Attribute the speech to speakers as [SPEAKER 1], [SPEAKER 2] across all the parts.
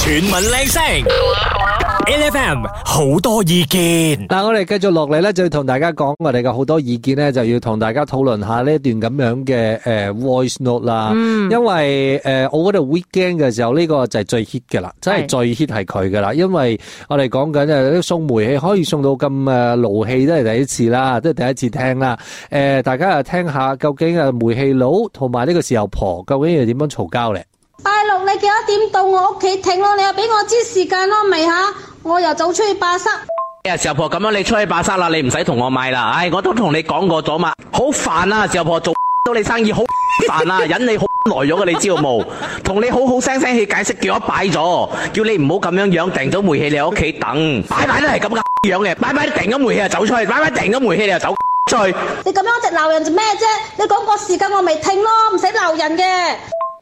[SPEAKER 1] 全民靚聲，LFM 好多意見。
[SPEAKER 2] 嗱，我哋繼續落嚟咧，就要同大家講我哋嘅好多意見咧，就要同大家討論下呢一段咁樣嘅誒、呃 voice note 啦。因為誒、呃我覺得 weekend 嘅時候呢、個就係最 hit 嘅啦，真係
[SPEAKER 3] 係
[SPEAKER 2] 最 hit 係佢嘅啦。因為我哋講緊誒送煤氣可以送到咁誒勞氣，都係第一次啦，都係第一次聽啦。誒、大家又聽下究竟誒煤氣佬同埋呢個時候婆究竟係點樣嘈交咧？
[SPEAKER 4] 拜六你幾多點到我屋企停咯？你又俾我知時間咯，未吓？我又早出去巴塞。
[SPEAKER 5] 啊，時候婆咁樣你出去把沙啦，你唔使同我買啦。哎唉，我都同你講過咗嘛，好煩啊！時候婆做 到你生意好煩啊，忍你好 耐咗嘅，你知道冇？同你好好聲聲氣解釋，叫我擺咗，叫你唔好咁樣樣，訂咗煤氣你喺屋企等，擺擺都係咁嘅樣嘅，擺擺訂咗煤氣就走出去，擺擺訂咗煤氣你就走出去。
[SPEAKER 4] 你咁樣直鬧人做咩啫？你講個時間我未停咯，唔使鬧人嘅。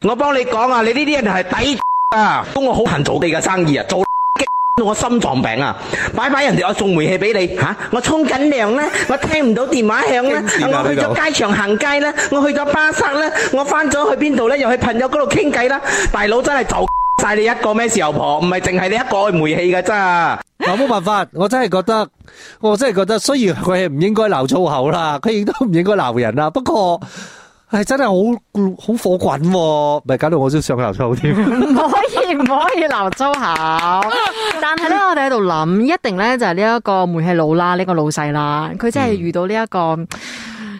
[SPEAKER 5] 我幫你講啊，你呢啲人係抵啊！咁我好難做你嘅生意啊，做到我心臟病啊！擺擺人哋我送煤氣俾你吓、我沖緊涼啦，我聽唔到電話響啦，我去咗街場行街啦，我去咗巴塞啦，我翻咗去邊度咧？又去朋友嗰度傾偈啦，大佬真係就晒你一個咩時候婆？唔係淨係你一個去煤氣嘅咋。
[SPEAKER 2] 嗱，冇辦法，我真係覺得，我真係覺得，雖然佢係唔應該鬧粗口啦， 佢亦都唔應該鬧人啦，不過係真係好好火滾喎、咪搞到我都想鬧粗口添。
[SPEAKER 3] 唔可以唔可以留粗口，但係咧，我哋喺度諗，一定咧就係呢一個煤氣佬啦，呢、個老細啦，佢
[SPEAKER 2] 嗯
[SPEAKER 3] 真係遇到呢、一個。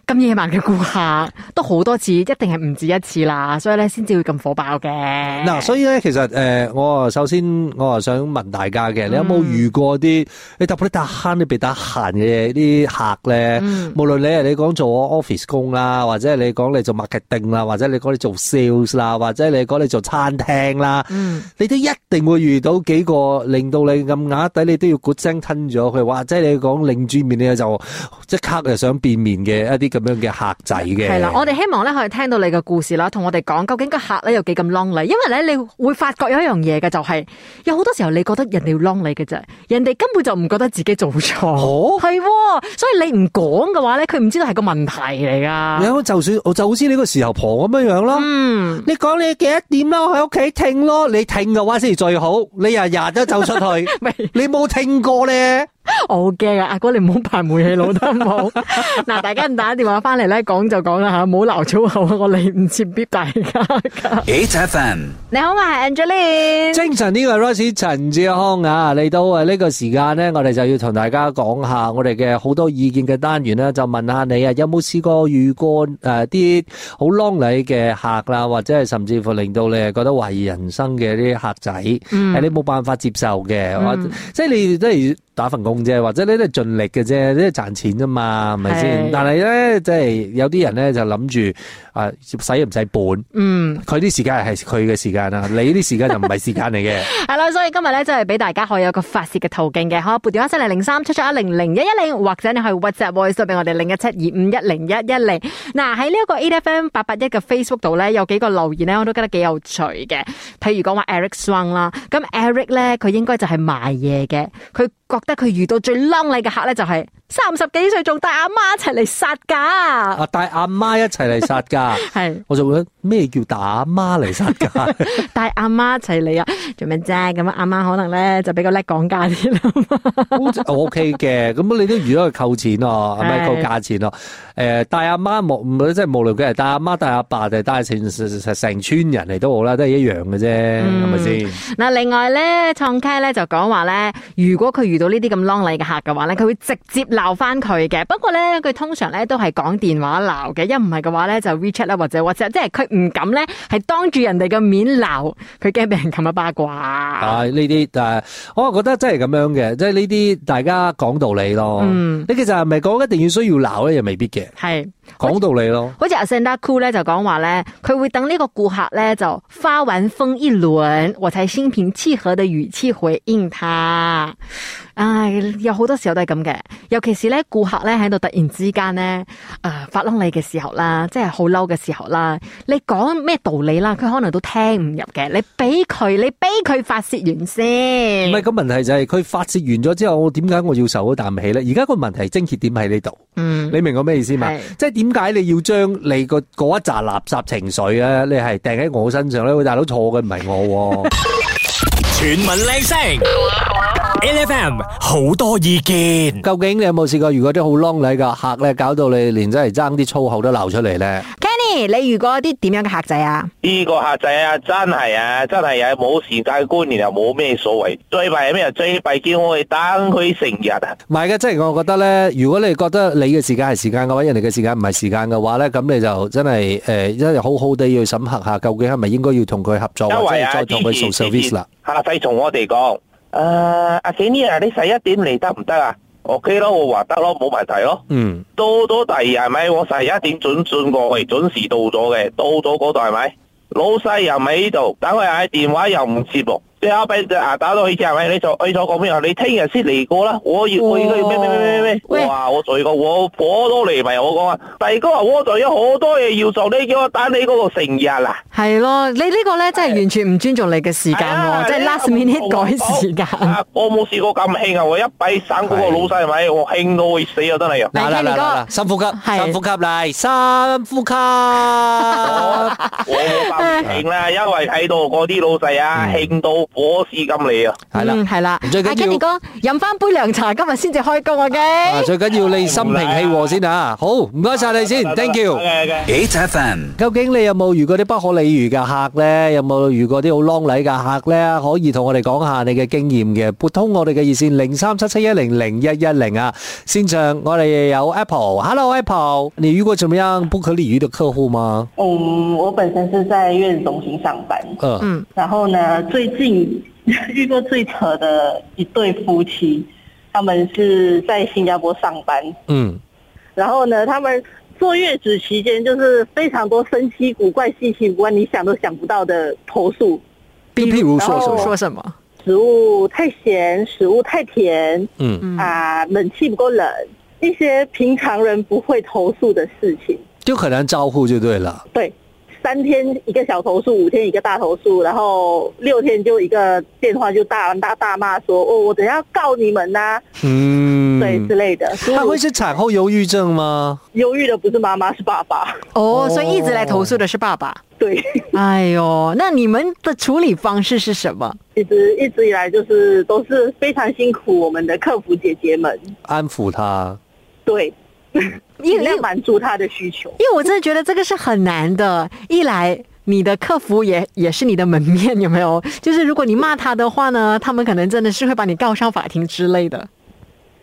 [SPEAKER 3] 咁夜晚嘅顧客都好多次，一定係唔止一次啦，所以咧先至會咁火爆嘅。
[SPEAKER 2] 嗱，所以咧，其實誒、呃我啊首先我啊想問大家
[SPEAKER 3] 嗯
[SPEAKER 2] 嘅，你有冇遇過啲你特別打慳你被打閒嘅啲客咧？
[SPEAKER 3] 嗯
[SPEAKER 2] 無論你係你講做 office 工啦，或者係你講你做 marketing 啦，或者你講你做 sales 啦，或者你講你做餐廳啦，
[SPEAKER 3] 嗯
[SPEAKER 2] 你都一定會遇到幾個令到你咁啞底，你都要咕聲吞咗佢，或者你講擰住面你就即刻就想變面嘅一啲咁樣嘅客仔嘅。
[SPEAKER 3] 係啦，我哋希望咧可以聽到你嘅故事啦，同我哋講究竟個客咧有幾咁 lonely，因為咧你會發覺有一樣嘢嘅就係、有好多時候你覺得人哋 lonely 嘅啫，人哋根本就唔覺得自己做錯，
[SPEAKER 2] 哦
[SPEAKER 3] 係喎、所以你唔講嘅話咧，佢唔知道係個問題嚟
[SPEAKER 2] 你
[SPEAKER 3] 噶。
[SPEAKER 2] 睇就算我就好似呢個時候婆咁樣樣啦。
[SPEAKER 3] 嗯，，
[SPEAKER 2] 你講你幾多點啦？我喺屋企聽咯，你聽嘅話先至最好。你日日都走出去
[SPEAKER 3] 咪
[SPEAKER 2] 你冇聽過咧？
[SPEAKER 3] 我好驚啊！阿哥，你唔好扮煤氣佬得 冇？嗱，大家打電話翻嚟咧，講就講啦吓，唔好鬧粗口啊！我嚟唔切逼大家噶。
[SPEAKER 1] HFM
[SPEAKER 3] 你好，我係 Angeline。
[SPEAKER 2] 精神呢個 Royce 陳志康啊，嚟到啊呢個時間呢，我哋就要同大家講下我哋嘅好多意見嘅單元啦，就問下你啊，有冇試過遇過誒啲好 lonely 嘅客啦，或者係甚至乎令到你係覺得懷疑人生嘅呢啲客仔，係、你冇辦法接受嘅，或者即係你都係打份工啫，或者你都係盡力嘅啫，你都係賺錢啫嘛，係咪先？
[SPEAKER 3] 係
[SPEAKER 2] 但係咧，即係有啲人咧就諗住啊，使唔使本？
[SPEAKER 3] 嗯，
[SPEAKER 2] 佢啲時間係佢嘅時間啊啦，你啲時間就唔係時間嚟嘅。
[SPEAKER 3] 係啦，所以今日咧，真係俾大家可以有個發泄嘅途徑嘅，可以撥電話一零零三七七一零零一一零，或者你去 WhatsApp voice 俾我哋零一七二五一零一一零。嗱，喺呢一個 A F M 八八一嘅 Facebook 度咧，有幾個留言咧，我都覺得幾有趣嘅。譬如講話 Eric Swang 啦，咁 Eric 咧，佢應該就係賣嘢嘅，佢覺得佢遇到最 lonely 嘅客咧，就係三十幾歲仲帶阿媽一齊嚟殺價，
[SPEAKER 2] 啊，帶阿媽一齊嚟殺價，
[SPEAKER 3] 係。
[SPEAKER 2] 我就會諗咩叫帶阿媽嚟殺價？
[SPEAKER 3] 帶阿媽一齊嚟啊，做咩啫？咁啊，阿媽可能咧就比較叻講價啲啦。
[SPEAKER 2] 好似我 OK 嘅，咁你都預咗佢扣錢咯，係咪
[SPEAKER 3] 係
[SPEAKER 2] 扣價錢咯？誒，帶阿媽無唔即係無論佢係帶阿媽、帶阿爸定係帶成成成村人嚟都好啦，都係一樣嘅啫，係咪先？
[SPEAKER 3] 嗱，另外咧，創佳咧就講話咧，如果佢遇到呢啲咁 lonely 嘅客嘅話咧，佢會直接鬧翻佢嘅。不過咧，佢通常咧都係講電話鬧嘅，一唔係嘅話咧就 WeChat 啦或者 WhatsApp，即係佢唔敢咧係當住人哋嘅面鬧，佢驚俾人冚一巴
[SPEAKER 2] 啊！
[SPEAKER 3] 啩。
[SPEAKER 2] 呢啲但係我覺得真係咁樣嘅，即係呢啲大家講道理咯。
[SPEAKER 3] 嗯
[SPEAKER 2] 你其實係咪講一定要需要鬧咧？又未必嘅，
[SPEAKER 3] 係，
[SPEAKER 2] 講道理咯。
[SPEAKER 3] 好似阿 Sandra Cool 咧就講話咧，佢會等呢個顧客咧就花完風一輪，我才心平氣和的語氣回應他。唉，有好多時候都係咁嘅，尤其是咧顧客咧喺度突然之間咧，誒、發嬲你嘅時候啦，即係好嬲嘅時候啦，你講咩道理啦，佢可能都聽唔入嘅，你俾佢，你俾佢發泄完先。
[SPEAKER 2] 唔係，個問題就係佢發泄完咗之後，我點解我要受嗰啖氣咧？而家個問題症結點喺呢度，
[SPEAKER 3] 嗯，
[SPEAKER 2] 你明我咩意思嘛
[SPEAKER 3] 係？
[SPEAKER 2] 即係點解你要將你個嗰一紮 垃圾情緒咧，你係掟喺我身上咧？喂，大佬錯嘅唔係我喎。
[SPEAKER 1] 全民靚聲，LFM 好多意見。
[SPEAKER 2] 究竟你有冇試過？如果啲好啷禮嘅客咧，搞到你連真係爭啲粗口都鬧出嚟咧？
[SPEAKER 3] Kenny，你遇過啲點樣嘅客仔啊？
[SPEAKER 6] 呢個客仔啊，真係啊，真係啊，冇時間觀念又冇咩所謂。最弊係咩啊？最弊叫我哋等佢成日啊！
[SPEAKER 2] 唔係嘅，即係我覺得咧，如果你覺得你嘅時間係時間嘅話，人哋嘅時間唔係時間嘅話咧，咁你就真係誒，真係好好地要審核下，究竟係咪應該要同佢合作，
[SPEAKER 6] 因
[SPEAKER 2] 或者
[SPEAKER 6] 為
[SPEAKER 2] 係
[SPEAKER 6] 啊，
[SPEAKER 2] 再同佢做 service 啦。
[SPEAKER 6] 客仔同我哋講，誒阿 Kenny 啊，你十一點嚟得唔得啊？OK 咯，我話得咯，冇問題咯。
[SPEAKER 2] 嗯，
[SPEAKER 6] 到咗第二日係咪？我十一點準準過去，準時到咗嘅，到咗嗰度係咪？老細又唔喺度，等佢嗌電話又唔接喎。最後俾啊打到去之後，咪你就去咗講咩啊？你聽日先嚟過啦，我要我要咩咩咩咩咩？
[SPEAKER 3] 喂
[SPEAKER 6] 我話我罪過，我火都嚟埋我講啊！大哥話我仲有好多嘢要做，你叫我打你嗰個成日啊！
[SPEAKER 3] 係咯，你呢個咧真係完全唔尊重你嘅時間喎，即係 last minute 改時間。
[SPEAKER 6] 啊我冇試過咁興啊！我一閉省嗰個老細係咪？我興到會死啊！真係啊！
[SPEAKER 2] 嗱
[SPEAKER 3] 嚟
[SPEAKER 2] 嗱
[SPEAKER 3] 聽你
[SPEAKER 2] 嗱
[SPEAKER 3] 嗰
[SPEAKER 2] 嗱
[SPEAKER 3] 個
[SPEAKER 2] 嗱，深呼吸，
[SPEAKER 3] 係
[SPEAKER 2] 深呼吸嚟，深呼吸。
[SPEAKER 6] 我冇咁興啦，因為睇到嗰啲老細啊，興到火屎咁嚟啊！
[SPEAKER 2] 係啦
[SPEAKER 3] 嗯，係啦。
[SPEAKER 2] 最緊要
[SPEAKER 3] 阿 Kenny 哥飲翻杯涼茶，今日先至開工
[SPEAKER 2] 啊，
[SPEAKER 3] ，OK？
[SPEAKER 2] 最緊要你心平氣和先啊！好，唔該晒你先，thank you。
[SPEAKER 6] 嘅嘅。
[SPEAKER 1] HFM
[SPEAKER 2] 究竟你有冇遇過啲不可理喻嘅客咧？有冇遇過啲好啷禮嘅客咧？可以同我哋講下你嘅經驗嘅，撥通我哋嘅熱線零三七七一零零一一零啊！線上我哋有 Apple，Hello Apple，你遇過怎麼樣不可理喻的客戶嗎？
[SPEAKER 7] 嗯，我本身是在月子中心上班，
[SPEAKER 2] 嗯、
[SPEAKER 3] 嗯
[SPEAKER 7] 然后呢，最近 遇过最扯的一对夫妻，他们是在新加坡上班，
[SPEAKER 2] 嗯，
[SPEAKER 7] 然后呢，他们坐月子期间就是非常多生奇古怪、稀奇古怪、你想都想不到的投诉，
[SPEAKER 2] 就譬如說
[SPEAKER 7] 然後
[SPEAKER 2] 什麼？
[SPEAKER 3] 說什么？
[SPEAKER 7] 食物太咸，食物太甜，
[SPEAKER 2] 嗯，
[SPEAKER 7] 啊，冷气不够冷，一些平常人不会投诉的事情。
[SPEAKER 2] 就很难招呼就对了。
[SPEAKER 7] 对，三天一个小投诉，五天一个大投诉，然后六天就一个电话就大大大骂说，哦，我等一下告你们呐、
[SPEAKER 2] Ừ. 嗯，
[SPEAKER 7] 对、之类的。
[SPEAKER 2] 他会是产后忧郁症吗？
[SPEAKER 7] 忧郁的不是妈妈，是爸爸。
[SPEAKER 3] 哦，所以一直来投诉的是爸爸。
[SPEAKER 7] 对，
[SPEAKER 3] 哎呦，那你们的处理方式是什么？
[SPEAKER 7] 一直一直以来就是都是非常辛苦我们的客服姐姐们，
[SPEAKER 2] 安抚他。
[SPEAKER 7] 对，
[SPEAKER 3] 因
[SPEAKER 7] 尽
[SPEAKER 3] 为
[SPEAKER 7] 量满足她的需求。
[SPEAKER 3] 因为我真的觉得这个是很难的，一来。你的客服也也是你的门面，有没有？就是如果你骂他的话呢，他们可能真的是会把你告上法庭之类的。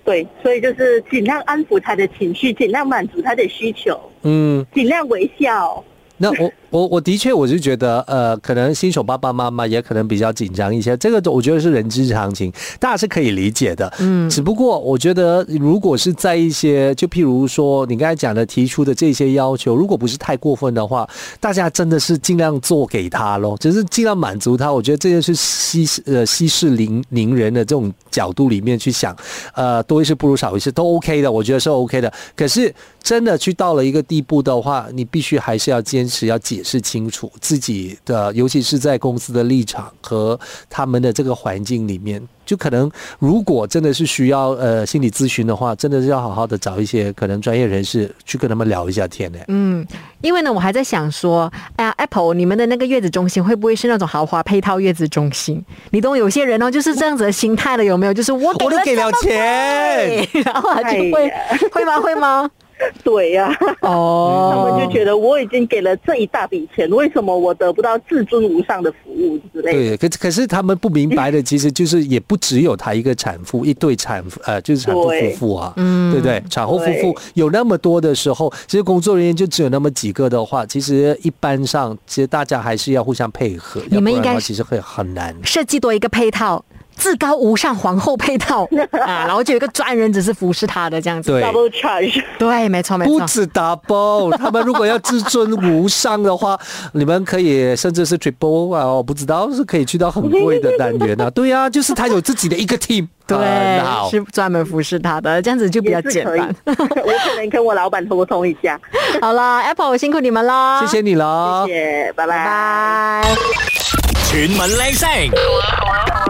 [SPEAKER 7] 对，所以就是尽量安抚她的情绪，尽量满足她的需求，
[SPEAKER 2] 嗯。
[SPEAKER 7] 尽量微笑。
[SPEAKER 2] 那我我我的确我就觉得，呃，可能新手爸爸妈妈也可能比较紧张一些，这个我觉得是人之常情，大家是可以理解的。嗯，只不过我觉得，如果是在一些，就譬如说你刚才讲的提出的这些要求，如果不是太过分的话，大家真的是尽量做给他咯，只是尽量满足他。我觉得这件事息事呃息事宁宁人的这种角度里面去想，呃，多一事不如少一事都 OK 的，我觉得是 OK 的。可是真的去到了一个地步的话，你必须还是要坚持，要解释清楚自己的，尤其是在公司的立场和他们的这个环境里面。就可能，如果真的是需要呃心理咨询的话，真的是要好好的找一些可能专业人士去跟他们聊一下天呢、
[SPEAKER 3] 嗯，因为呢，我还在想说，哎呀，Apple，你们的那个月子中心会不会是那种豪华配套月子中心？你懂有些人哦，就是这样子的心态的，有没有？就是我
[SPEAKER 2] 我都给了钱，
[SPEAKER 3] 给， 然后他就
[SPEAKER 7] 哎
[SPEAKER 3] 会
[SPEAKER 7] 呀
[SPEAKER 3] 会吗？会 吗？
[SPEAKER 7] 对呃呀、他
[SPEAKER 3] 哦，
[SPEAKER 7] 们就觉得我已经给了这一大笔钱，为什么我得不到至尊无上的服务之类的？
[SPEAKER 2] 对，可可是他们不明白的，其实就是也不只有她一个产妇，一对产妇，呃，就是产妇夫
[SPEAKER 7] 对
[SPEAKER 2] 妇啊，
[SPEAKER 3] 嗯
[SPEAKER 2] 对不对？产后夫妇
[SPEAKER 7] 对
[SPEAKER 2] 有那么多的时候，其实工作人员就只有那么几个的话，其实一般上，其实大家还是要互相配合，
[SPEAKER 3] 你们
[SPEAKER 2] 要不然的
[SPEAKER 3] 应该
[SPEAKER 2] 话
[SPEAKER 3] 是
[SPEAKER 2] 其实会很难。
[SPEAKER 3] 设计多一个配套，至高无上皇后配 套啊，然后就有一个专人只是服侍她的这样子。
[SPEAKER 2] 对，
[SPEAKER 7] double charge，
[SPEAKER 3] 对，没错没
[SPEAKER 2] 不
[SPEAKER 3] 错。
[SPEAKER 2] 止 double，他们如果要至尊无上的话，你们可以甚至是 triple 啊，我不知道是可以去到很贵的单元啊。对呀、就是他有自己的一个 team，很好
[SPEAKER 3] 对，。是专门服侍她的，这样子就比较
[SPEAKER 7] 也是
[SPEAKER 3] 简
[SPEAKER 7] 可以。
[SPEAKER 3] 单。
[SPEAKER 7] 我可能跟我老板沟通一下，
[SPEAKER 3] 好了，Apple 辛苦你们啦，
[SPEAKER 2] 谢谢你了，
[SPEAKER 7] 谢谢，拜
[SPEAKER 3] 拜
[SPEAKER 7] 拜
[SPEAKER 3] 拜。
[SPEAKER 1] 全民靚聲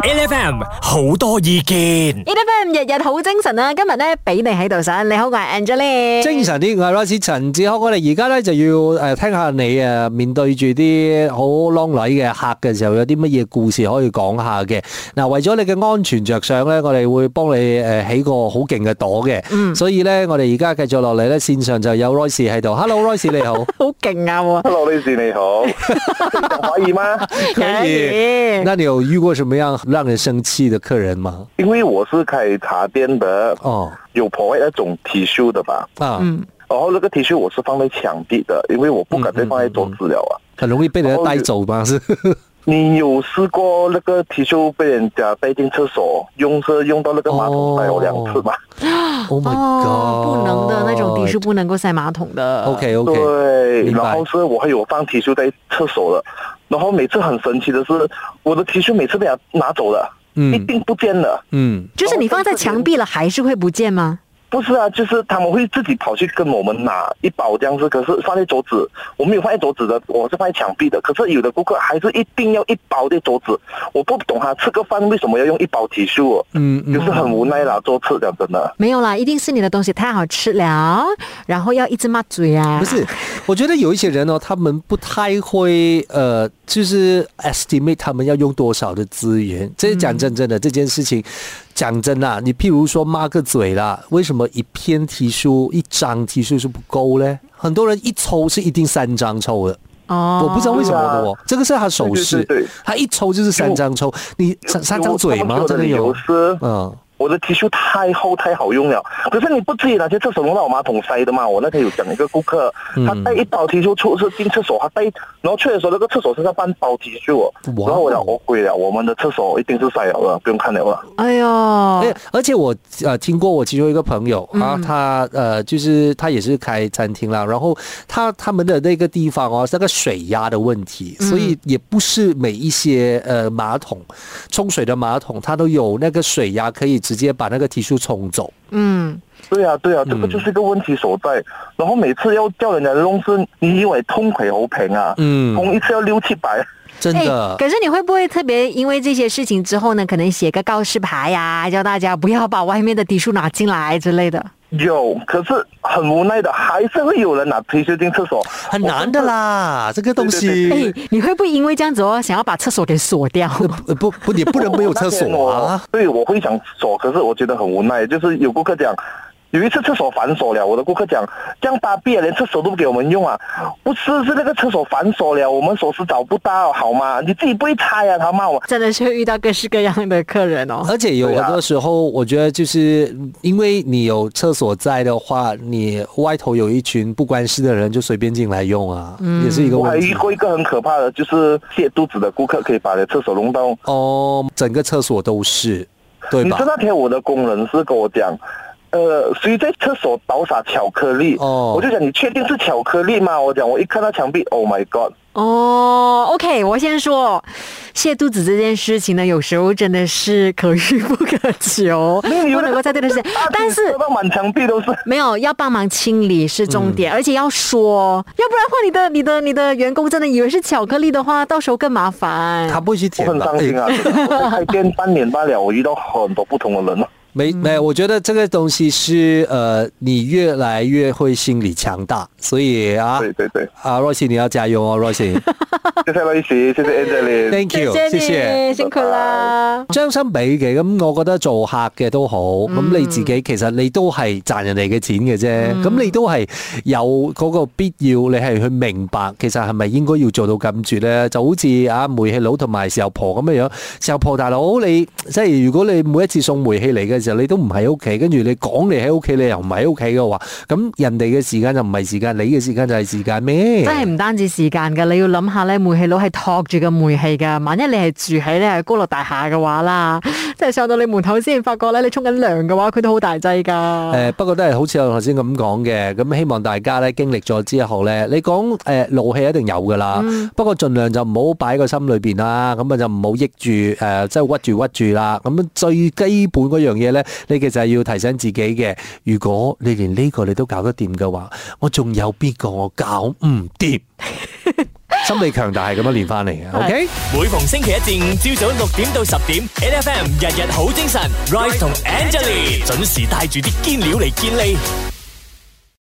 [SPEAKER 1] L F M 好多意見。
[SPEAKER 3] E F M 日日好精神啊！今日咧俾你喺度想，你好，我係 Angeline。
[SPEAKER 2] 精神啲，我係 Royce 陳志康。我哋而家咧就要誒聽下你誒面對住啲好 long 禮嘅客嘅時候，有啲乜嘢故事可以講下嘅。嗱，為咗你嘅安全着想咧，我哋會幫你誒起個好勁嘅朵嘅。
[SPEAKER 3] 嗯
[SPEAKER 2] 所以咧，我哋而家繼續落嚟咧，線上就有 Royce 喺度。Hello，Royce 你好。
[SPEAKER 3] 好勁啊喎！
[SPEAKER 6] Hello，女士你好，可以吗？
[SPEAKER 3] 可以
[SPEAKER 2] 那你有遇過什麼樣讓人生氣的客人嗎？
[SPEAKER 6] 因為我是開茶店的，
[SPEAKER 2] 哦，
[SPEAKER 6] 有 p 那种 T 恤的吧，
[SPEAKER 2] 啊，
[SPEAKER 3] 嗯
[SPEAKER 6] 然后那个 T 恤我是放在墙壁的，因为我不敢再放在桌子了啊。
[SPEAKER 2] 很容易被人家帶走嘛，是。
[SPEAKER 6] 你有试过那个 T 恤被人家带进厕所，用是用到那个马桶塞我两次嘛？
[SPEAKER 2] Oh my god！
[SPEAKER 3] 哦，不能的那种底是不能够塞马桶的。
[SPEAKER 2] OK OK，
[SPEAKER 6] 对，
[SPEAKER 2] 明白
[SPEAKER 6] 然后是我还有放 T 恤在厕所的，然后每次很神奇的是，我的 T 恤每次被他拿走了，
[SPEAKER 2] 嗯
[SPEAKER 6] 一定不见了。
[SPEAKER 2] 嗯，
[SPEAKER 3] 就是你放在墙壁了，还是会不见吗？
[SPEAKER 6] 不是啊，就是他们会自己跑去跟我们拿一包这样子，可是放在桌子，我没有放在桌子的，我是放在墙壁的。可是有的顾客还是一定要一包的桌子，我不懂他吃个饭为什么要用一包提恤哦，
[SPEAKER 2] 嗯嗯
[SPEAKER 6] 就是很无奈啦，做吃讲真的。
[SPEAKER 3] 没有啦，一定是你的东西太好吃了，然后要一直抹嘴啊。
[SPEAKER 2] 不是，我觉得有一些人哦，他们不太会呃，就是 estimate 他们要用多少的资源。这讲真真的、这件事情，讲真啦，你譬如说抹个嘴啦，为什么一篇题书一张题书是不够呢？很多人一抽是一定三张抽的。
[SPEAKER 3] 哦，
[SPEAKER 2] 我不知道为什么的哦，这个是他手势，
[SPEAKER 6] 啊对对对
[SPEAKER 2] 他一抽就是三张抽，你三三张嘴吗
[SPEAKER 6] 我？
[SPEAKER 2] 真
[SPEAKER 6] 的
[SPEAKER 2] 的
[SPEAKER 6] 理
[SPEAKER 2] 有
[SPEAKER 6] 由？是，
[SPEAKER 2] 嗯，
[SPEAKER 6] 我的 T 恤太厚太好用了，可是你不自己拿去厕所弄到我马桶塞的嘛？我那天有讲一个顾客，
[SPEAKER 2] 嗯
[SPEAKER 6] 他带一包 T 恤出是进厕所，他带，然后去的时候那个厕所是在半包 T 恤哦，
[SPEAKER 2] 哇哦
[SPEAKER 6] 然后我讲我鬼了，我们的厕所一定是塞了的，不用看了了。
[SPEAKER 2] 嗯
[SPEAKER 3] 哎呦，
[SPEAKER 6] 哦
[SPEAKER 2] 而而且我呃听过我其中一个朋友
[SPEAKER 6] 嗯
[SPEAKER 2] 啊，他呃就是他也是开餐厅啦，然后他他们的那个地方哦，那个水压的问题，
[SPEAKER 6] 嗯
[SPEAKER 2] 所以也不是每一些呃马桶冲水的马桶，它都有那个水压可以直接把那个提速冲走。
[SPEAKER 3] 嗯，
[SPEAKER 6] 对啊，对啊，这个就是一个问题所在。然后每次要叫人家弄是，你以为痛快好平啊？
[SPEAKER 2] 嗯
[SPEAKER 6] 通一次要六七百。
[SPEAKER 2] 真的，
[SPEAKER 3] 哎可是你会不会特别因为这些事情之后呢，可能写个告示牌呀、叫大家不要把外面的底数拿进来之类的？
[SPEAKER 6] 有，可是很无奈的，还是会有人拿 T 恤进厕所。
[SPEAKER 2] 很难的啦，这个东西。
[SPEAKER 6] 对对
[SPEAKER 3] 哎，你会不会因为这样子哦，想要把厕所给锁掉？
[SPEAKER 2] 呃不不，你不能没有厕所啊！
[SPEAKER 6] 对，我会想锁，可是我觉得很无奈。就是有顾客讲，有一次厕所反锁了，我的顾客讲，这样巴闭啊，连厕所都不给我们用啊！不是，是那个厕所反锁了，我们锁匙找不到，好吗？你自己不会拆啊，他骂 我。
[SPEAKER 3] 真的是会遇到各式各样的客人哦。
[SPEAKER 2] 而且有
[SPEAKER 6] 对啊
[SPEAKER 2] 很多时候，我觉得就是因为你有厕所在的话，你外头有一群不关事的人就随便进来用啊，也是一个
[SPEAKER 6] 嗯我还
[SPEAKER 2] 问
[SPEAKER 6] 遇
[SPEAKER 2] 题。
[SPEAKER 6] 过一个很可怕的，就是泻肚子的顾客可以把你厕所弄到。
[SPEAKER 2] 哦，整个厕所都是，对
[SPEAKER 6] 你
[SPEAKER 2] 吧
[SPEAKER 6] 知？那天我的工人是跟我讲，呃，谁在厕所倒洒巧克力？
[SPEAKER 2] 哦
[SPEAKER 6] 我就讲你确定是巧克力吗？我讲我一看到墙壁，Oh my god！
[SPEAKER 3] 哦，OK，我先说，泻肚子这件事情呢，有时候真的是可遇不可 求，不能够在对的 时间，但是
[SPEAKER 6] 大。到满墙壁都是。
[SPEAKER 3] 没有要帮忙清理是重点，而且要说，要不然的话你的你的你的员工真的以为是巧克力的话，到时候更麻烦。
[SPEAKER 2] 他不会去
[SPEAKER 6] 我
[SPEAKER 2] 舔
[SPEAKER 6] 很
[SPEAKER 2] 吧？
[SPEAKER 6] 伤心
[SPEAKER 2] 哎
[SPEAKER 6] 啊！真的我在开店半年半了，我遇到很多不同的人了。
[SPEAKER 2] 哎没没，我觉得这个东西是呃，你越来越会心理强大，所以啊
[SPEAKER 6] 对对对，
[SPEAKER 2] 啊，若曦你要加油哦，若 曦
[SPEAKER 6] 谢谢瑞奇，谢谢 Angeline。
[SPEAKER 2] ，Thank you，
[SPEAKER 3] 谢
[SPEAKER 2] 谢
[SPEAKER 3] 谢
[SPEAKER 2] 谢
[SPEAKER 3] 你，。辛苦啦。
[SPEAKER 2] 將心比己咁，我覺得做客嘅都好，咁、你自己其實你都係賺人哋嘅錢嘅啫，咁、你都係有嗰個必要，你係去明白其實係咪應該要做到咁絕咧？就好似啊煤氣佬同埋豉油婆咁嘅樣，豉油婆大佬你即係如果你每一次送煤氣嚟嘅時候，你都唔喺屋企，跟住你講你喺屋企，你又唔喺屋企嘅話，咁人哋嘅時間就唔係時間，你嘅時間就係時間咩？
[SPEAKER 3] 真係唔單止時間㗎，你要諗下咧，煤氣佬係托住個煤氣㗎。萬一你係住喺咧高樓大廈嘅話啦， 即係上到你門口先發覺咧，你沖緊涼嘅話，佢都好大劑㗎。
[SPEAKER 2] 誒、不過都係好似我頭先咁講嘅，咁希望大家咧經歷咗之後咧，你講誒、怒氣一定有噶啦，不過盡量就唔好擺個心裏邊啦，咁啊就唔好抑住誒、即係屈住屈住啦。咁最基本嗰樣嘢咧，你其實係要提醒自己嘅。如果你連呢個你都搞得掂嘅話，我仲有邊個我搞唔掂？心理強大係咁樣練翻嚟嘅。OK。
[SPEAKER 1] 每逢星期一至五朝早六點到十點，N F M 日日好精神，Rise 同 Angelie 準時帶住啲堅料嚟健利。